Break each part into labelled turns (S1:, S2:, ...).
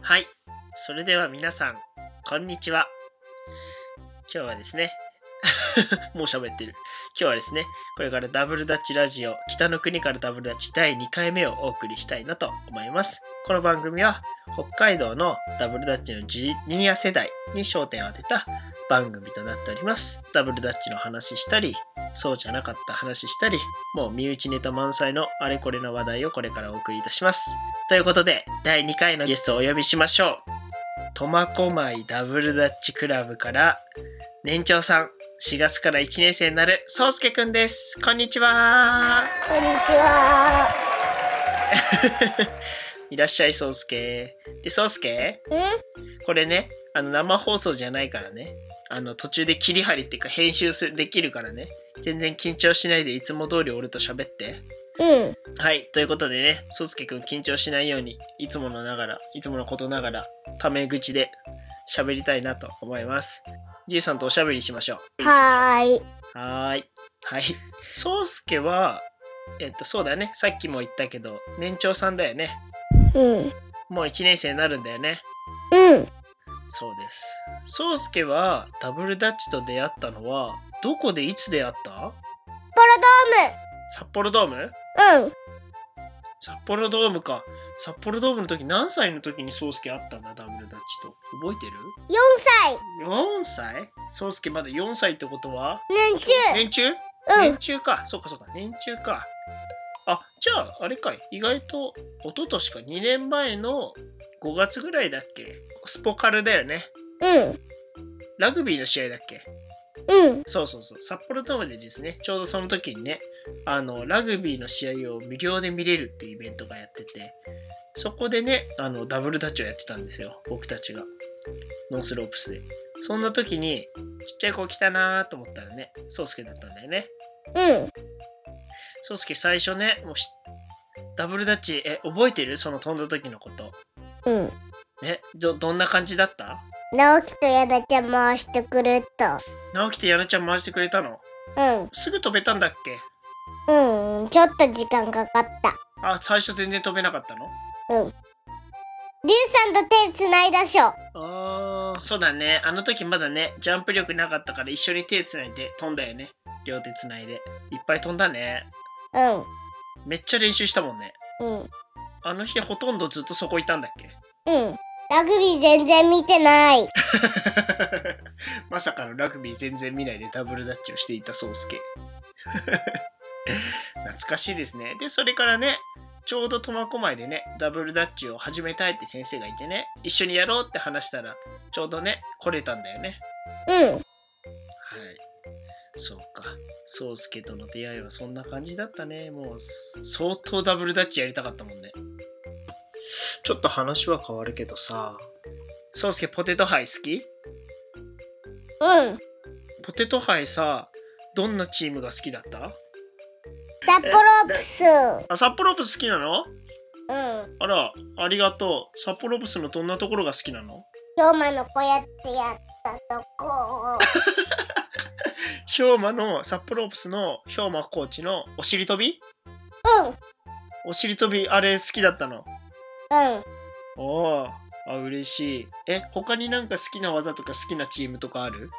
S1: はい。それでは皆さん、こんにちは。今日はですね、 もう喋ってる。今日はですね、これからダブルダッチラジオ、北の国からダブルダッチ第2回目をお送りしたいなと思います。この番組は、北海道のダブルダッチのジュニア世代に焦点を当てた番組となっております。ダブルダッチの話したり、そうじゃなかった話したり、もう身内ネタ満載のあれこれの話題をこれからお送りいたします。ということで、第2回のゲストをお呼びしましょう。苫小牧ダブルダッチクラブから年長さん、4月から1年生になるそうすけくんです。こんにちは。
S2: こんにちは。
S1: いらっしゃい、そうすけ。で、そうすけ、
S2: え、
S1: これね、あの生放送じゃないからね、あの途中で切り張りっていうか編集すできるからね、全然緊張しないでいつも通り俺と喋って。
S2: うん、
S1: はい、ということでね、そうすけくん緊張しないように、いつものながら、いつものことながら、タメ口で喋りたいなと思います。じいさんとおしゃべりしましょ
S2: はーい。
S1: う。はーい。はい。そうすけは、えっと、そうだね、さっきも言ったけど、年長さんだよね。
S2: うん、
S1: もう1年生になるんだよね。
S2: うん。
S1: そうです。そうすけは、ダブルダッチと出会ったのは、どこでいつ出会った
S2: ポ
S1: 札幌ドーム
S2: ロドーム。うん、
S1: 札幌ドームか札幌ドームの時何歳の時に宗介あったんだダブルダッチと覚えてる
S2: 四歳。
S1: 4歳宗介まだ4歳ってことは
S2: 年中。
S1: 年中
S2: うん、
S1: 年中かそうかそうか年中かあじゃああれかい意外と一昨年か2年前の5月ぐらいだっけスポカルだよね
S2: うん、
S1: ラグビーの試合だっけ
S2: うん、
S1: そうそうそう札幌ドームでですねちょうどその時にねあのラグビーの試合を無料で見れるっていうイベントがやっててそこでねあのダブルダッチをやってたんですよ僕たちがノースロープスでそんな時にちっちゃい子来たなーと思ったらね宗介だったんだよね
S2: うん。
S1: 宗介最初ねもうしダブルダッチえ覚えてるその飛んだ時のこと
S2: うん。
S1: えどどんな感じだった
S2: 直樹と矢田ちゃん回してくれた。
S1: 直樹とやなちゃん回してくれたの
S2: うん、
S1: すぐ飛べたんだっけ
S2: うん、ちょっと時間かかった。
S1: あ最初全然飛べなかったの
S2: リュウさんと手つないだっしょ。
S1: あーそうだねあの時まだねジャンプ力なかったから一緒に手つないで飛んだよね両手つないでいっぱい飛んだねめっちゃ練習したもんね
S2: うん、うん、
S1: あの日ほとんどずっとそこいたんだっけ
S2: うん。ラグビー全然見てない。
S1: まさかのラグビー全然見ないでダブルダッチをしていた宗介 懐かしいですねでそれからねちょうど苫小牧でねダブルダッチを始めたいって先生がいてね一緒にやろうって話したらちょうどね来れたんだよね
S2: うん、
S1: はい。そうか。そうすけとの出会いはそんな感じだったね。もう、す相当ダブルダッチやりたかったもんね。ちょっと話は変わるけどさ。そうすけ、ポテトハイ好き
S2: うん。
S1: ポテトハイさ、どんなチームが好きだった
S2: 札幌プス。
S1: あ、札幌ブス好きなの
S2: うん。
S1: あら、ありがとう。札幌ブスのどんなところが好きなの
S2: 今日のこうやってやったとこ。
S1: 氷馬の、札幌ブスの氷馬コーチのお尻跳び
S2: うん、
S1: お尻跳び、あれ好きだったの
S2: うん。
S1: おーあ嬉しいえ他になんか好きな技とか好きなチームとかある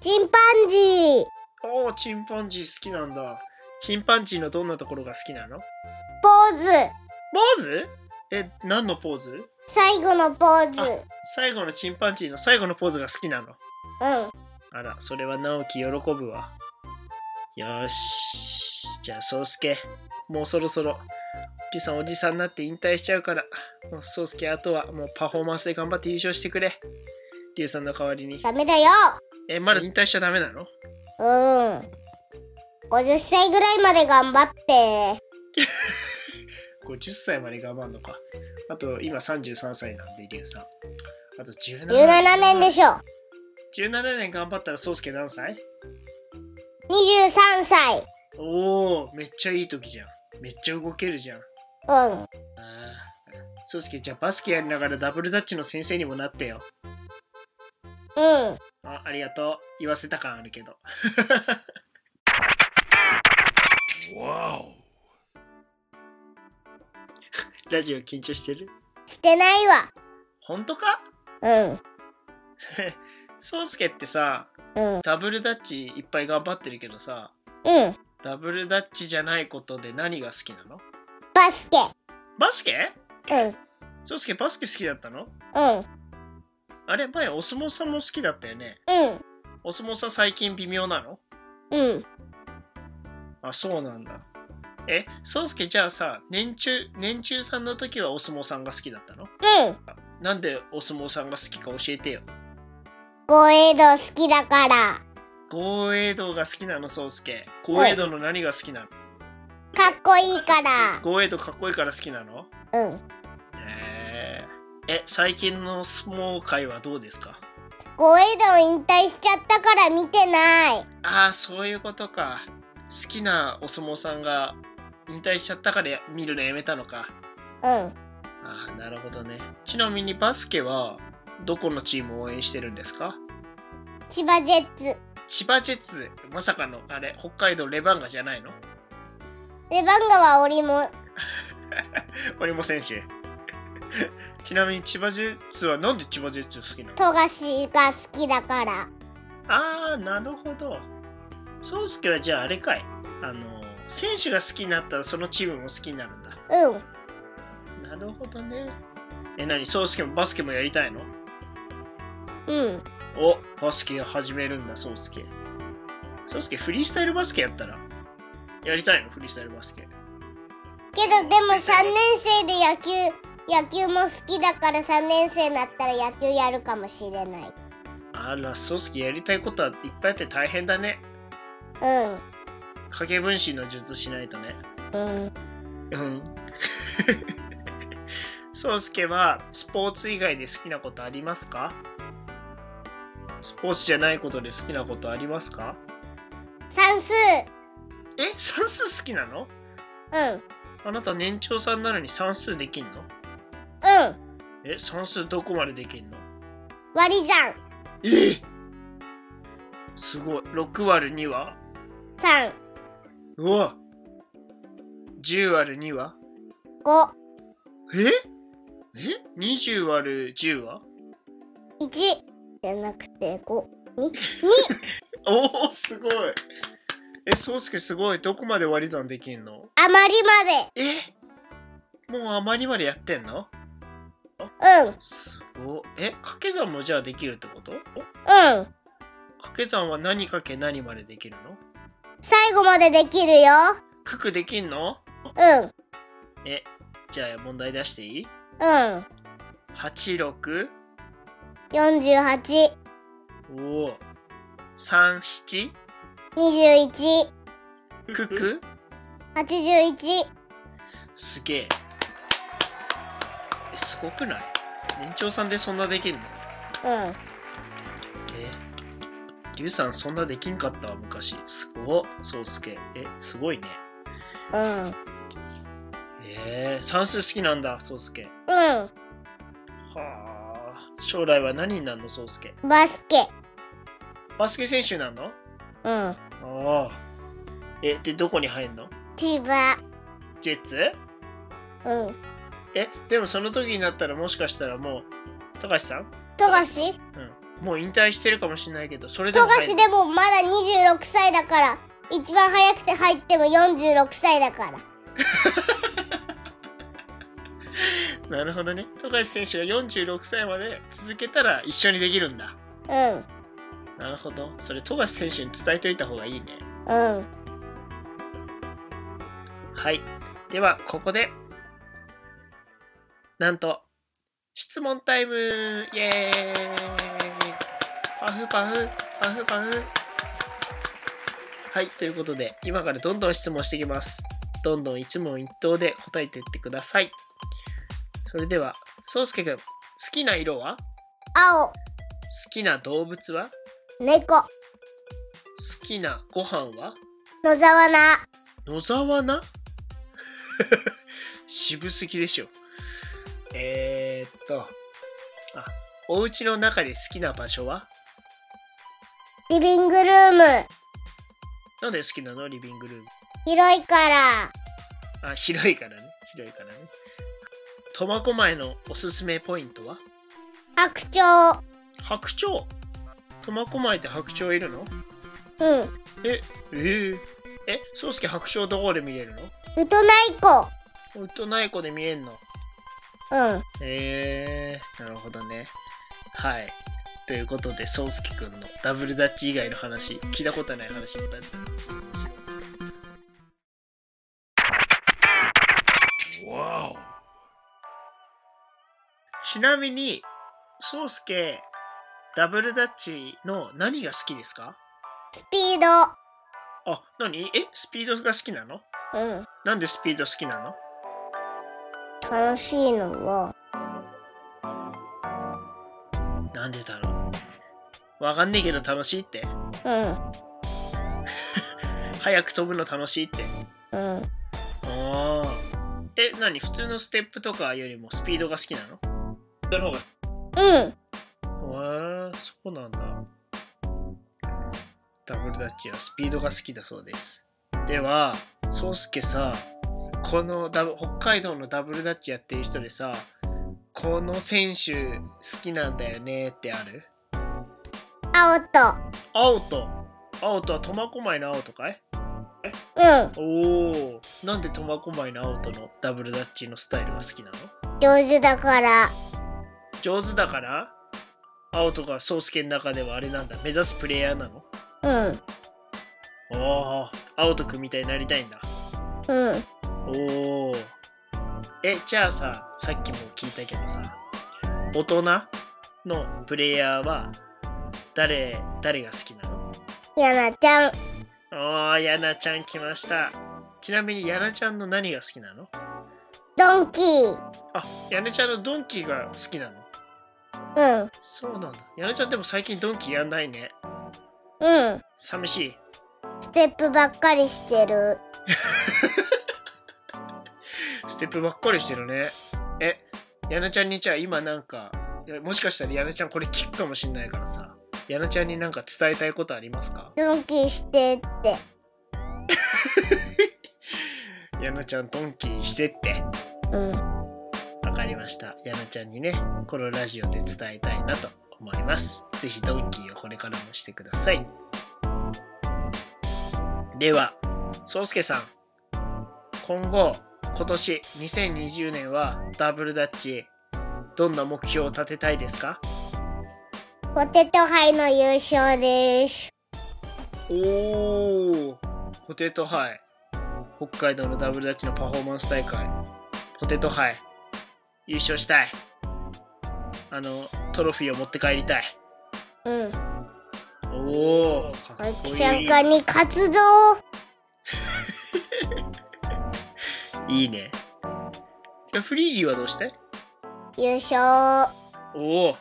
S2: チンパンジー、
S1: おーチンパンジー好きなんだチンパンジーのどんなところが好きなの
S2: ポーズ、
S1: ポーズえ何のポーズ
S2: 最後のポーズ。
S1: 最後のチンパンジーの最後のポーズが好きなの
S2: うん。
S1: あらそれは直樹喜ぶわよーしじゃあ宗介もうそろそろおじさんおじさんになって引退しちゃうからもう宗介あとはもうパフォーマンスで頑張って優勝してくれ龍さんの代わりに
S2: ダメだよ。
S1: えまだ引退しちゃダメなの
S2: うん。50歳ぐらいまで頑張って。
S1: 50歳まで我慢のか。あと、今33歳なんで、リュウさん。あと17
S2: 17年でしょ。
S1: 17年頑張ったら、宗介何歳
S2: 23歳。
S1: おお、めっちゃいい時じゃん。めっちゃ動けるじゃん。あ
S2: うん。
S1: あ。宗介、じゃあバスケやりながらダブルダッチの先生にもなってよ。
S2: うん。
S1: あありがとう。言わせた感あるけど。ラジオ緊張してる
S2: してないわ。
S1: 本当か
S2: うん。
S1: そうすけってさ、
S2: うん
S1: ダブルダッチいっぱい頑張ってるけどさ、
S2: うん。
S1: ダブルダッチじゃないことで何が好きなの
S2: バスケ。
S1: バスケ
S2: うん。
S1: そうすけバスケ好きだったの
S2: うん。
S1: あれ前お相撲さんも好きだったよね。
S2: うん。
S1: お相撲さん最近微妙なの
S2: うん。
S1: あ、そうなんだ。え、そうすけじゃあさ、年中、年中さんの時はお相撲さんが好きだったの
S2: うん。
S1: なんでお相撲さんが好きか教えてよ。
S2: ゴエイド好きだから。
S1: 豪栄道が好きなの、そうすけ。豪栄道の何が好きなの
S2: かっこいいから。
S1: 豪栄道かっこいいから好きなの
S2: うん。
S1: えー、え、最近の相撲界はどうですか
S2: ゴエイド引退しちゃったから見てない。
S1: ああ、そういうことか。好きなお相撲さんが引退しちゃったからや見るのやめたのか。
S2: うん。
S1: ああ、なるほどね。ちなみにバスケはどこのチームを応援してるんですか
S2: 千葉ジェッツ。
S1: 千葉ジェッツ、まさかのあれ、北海道レバンガじゃないの
S2: レバンガはオリモ。
S1: 俺も選手。 ちなみに千葉ジェッツはなんで千葉ジェッツ好きなの
S2: 富樫が好きだから。
S1: ああ、なるほど。そうすけはじゃああれかい。あの、選手が好きになったらそのチームも好きになるんだ。
S2: うん。
S1: なるほどね。え、なに、そうすけもバスケもやりたいの
S2: うん。
S1: おバスケ始めるんだ、そうすけ。そうすけ、フリースタイルバスケやったら。やりたいの、フリースタイルバスケ。
S2: けどでも3年生で野球野球も好きだから3年生になったら野球やるかもしれない
S1: あら、そうすけ、やりたいことはいっぱいあって大変だね。
S2: うん
S1: 影分身の術しないとね。
S2: うん
S1: うん。 そうすけは、スポーツ以外で好きなことありますかスポーツじゃないことで好きなことありますか
S2: 算数
S1: え、算数好きなの
S2: うん
S1: あなた年長さんなのに算数できんの
S2: うん
S1: え、算数どこまでできんの
S2: 割り算
S1: えすごい。6割る2は
S2: 三
S1: うわ !10 割る2は
S2: 五
S1: ええ ?20 割る10は
S2: 一じゃなくて五二二
S1: おおすごいえ、そうすけすごい。どこまで割り算できんの
S2: 余りま
S1: えもうあまりまでやってんの
S2: でうん
S1: すごい。え、掛け算もじゃあできるってことお
S2: うん
S1: 掛け算は何かけ何までできるの
S2: 最後までできるよ
S1: 九九できんの
S2: うん
S1: え、じゃあ問題出していい
S2: うん
S1: 八六
S2: 四十八
S1: おお三七
S2: 二十一
S1: 九九
S2: 八十一
S1: すげええすごくない年長さんでそんなできるの
S2: うん
S1: えリュウさんそんなできんかったわ昔すごっそうすけえすごいね
S2: うん
S1: えー、算数好きなんだそうすけ
S2: う
S1: はあ将来は何になるのそうすけ
S2: んバスケ
S1: バスケ選手なんの
S2: うん
S1: ああえでどこに入んの
S2: 千葉
S1: ジェッツ
S2: うん
S1: えでもその時になったらもしかしたらもう高橋さん
S2: 富樫
S1: もう引退してるかもしれないけどそれでも
S2: 富
S1: 入
S2: 樫
S1: る
S2: でもまだ26歳だから一番早くて入っても46歳だから
S1: なるほどね富樫選手が46歳まで続けたら一緒にできるんだ
S2: うん
S1: なるほどそれ富樫選手に伝えといた方がいいね
S2: うん
S1: はいではここでなんと質問タイムイエーイパフパフパフパフはいということで今からどんどん質問していきますどんどん一問一答で答えていってくださいそれではそうすけくん好きな色は
S2: 青
S1: 好きな動物は
S2: 猫
S1: 好きなご飯は
S2: 野沢菜
S1: 野沢菜 渋すぎでしょえー、っとあお家の中で好きな場所は
S2: リビングルーム
S1: なんで好きなのリビングルーム
S2: 広いから
S1: あ広いからね広いからね苫小牧のおすすめポイントは
S2: 白鳥
S1: 白鳥苫小牧って白鳥いるの
S2: うん
S1: ええー、えそうすけ白鳥どこで見れるの
S2: ウトナイコ
S1: ウッドナイコで見えんの
S2: うん
S1: えー、なるほどねはいということでそうすけくんのダブルダッチ以外の話聞いたことない話いっぱいあったなちなみにそうすけダブルダッチの何が好きですか
S2: スピー
S1: あ何えスピードが好きなの
S2: ドうん
S1: なんでスピード好きなの
S2: 楽しいのは
S1: なんでだろうわかんねえけど楽しいって
S2: うん
S1: 早く飛ぶの楽しいって
S2: うん
S1: ああえ何普通のステップとかよりもスピードが好きなのなるほ
S2: うん
S1: どへえそうなんだダブルダッチはスピードが好きだそうですではそうすけさこのダブ北海道のダブルダッチやってる人でさこの選手好きなんだよねってある
S2: 青と
S1: 青と青とは苫小牧の青とかい
S2: うん
S1: おおなんで苫小牧の青とのダブルダッチのスタイルが好きなの
S2: 上手だから
S1: 上手だから青とか宗介の中ではあれなんだ目指すプレイヤーなの
S2: うん
S1: ああ青とくんみたいになりたいんだ
S2: うん
S1: おおえじゃあささっきも聞いたけどさ大人のプレイヤーは誰誰が好きなの
S2: やなちゃん
S1: ああやなちゃん来ましたちなみにやなちゃんの何が好きなの
S2: ドンキー
S1: あやなちゃんのドンキーが好きなの
S2: うん
S1: そうなんだやなちゃんでも最近ドンキーやんないね
S2: うん
S1: 寂しい
S2: ステップばっかりしてる
S1: ステップばっかりしてるね。え、やなちゃんにじゃあ今なんか、いやもしかしたらやなちゃんこれ聞くかもしんないからさ、やなちゃんになんか伝えたいことありますか
S2: ドンキーしてって
S1: やなちゃんトンキーしてって。
S2: うん
S1: わかりました。やなちゃんにね、このラジオで伝えたいなと思います。ぜひドンキーをこれからもしてください。では、そうすけさん、今後、今年2020年はダブルダッチ、どんな目標を立てたいですか
S2: ポテトハイの優勝です
S1: おおポテトハイ北海道のダブルダッチのパフォーマンス大会ポテトハイ優勝したいあのトロフィーを持って帰りたい
S2: うん
S1: おおかっこ
S2: 私なんか
S1: い
S2: に活動
S1: いいいねじゃあフリーリーはどうして
S2: 優勝
S1: おお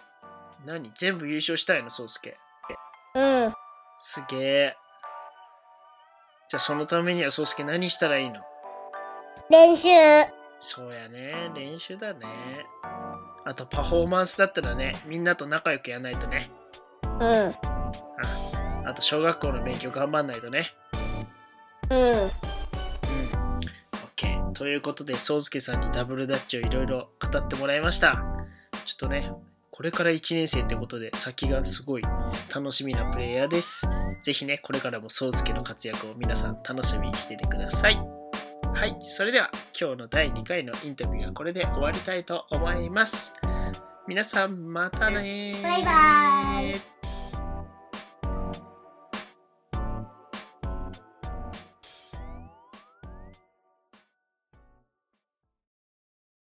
S1: 何全部優勝したいのそうすけ
S2: うん
S1: すげえじゃあそのためにはそうすけ何したらいいの
S2: 練習
S1: そうやね練習だねあとパフォーマンスだったらねみんなと仲良くやらないとね
S2: うん
S1: ああと小学校の勉強頑張んないとね
S2: うん
S1: うん OK ということで宗介さんにダブルダッチをいろいろ語ってもらいましたちょっとねこれから1年生ってことで先がすごい楽しみなプレイヤーですぜひねこれからも宗介の活躍を皆さん楽しみにしていてくださいはいそれでは今日の第2回のインタビューはこれで終わりたいと思います皆さんまたね
S2: バイバイ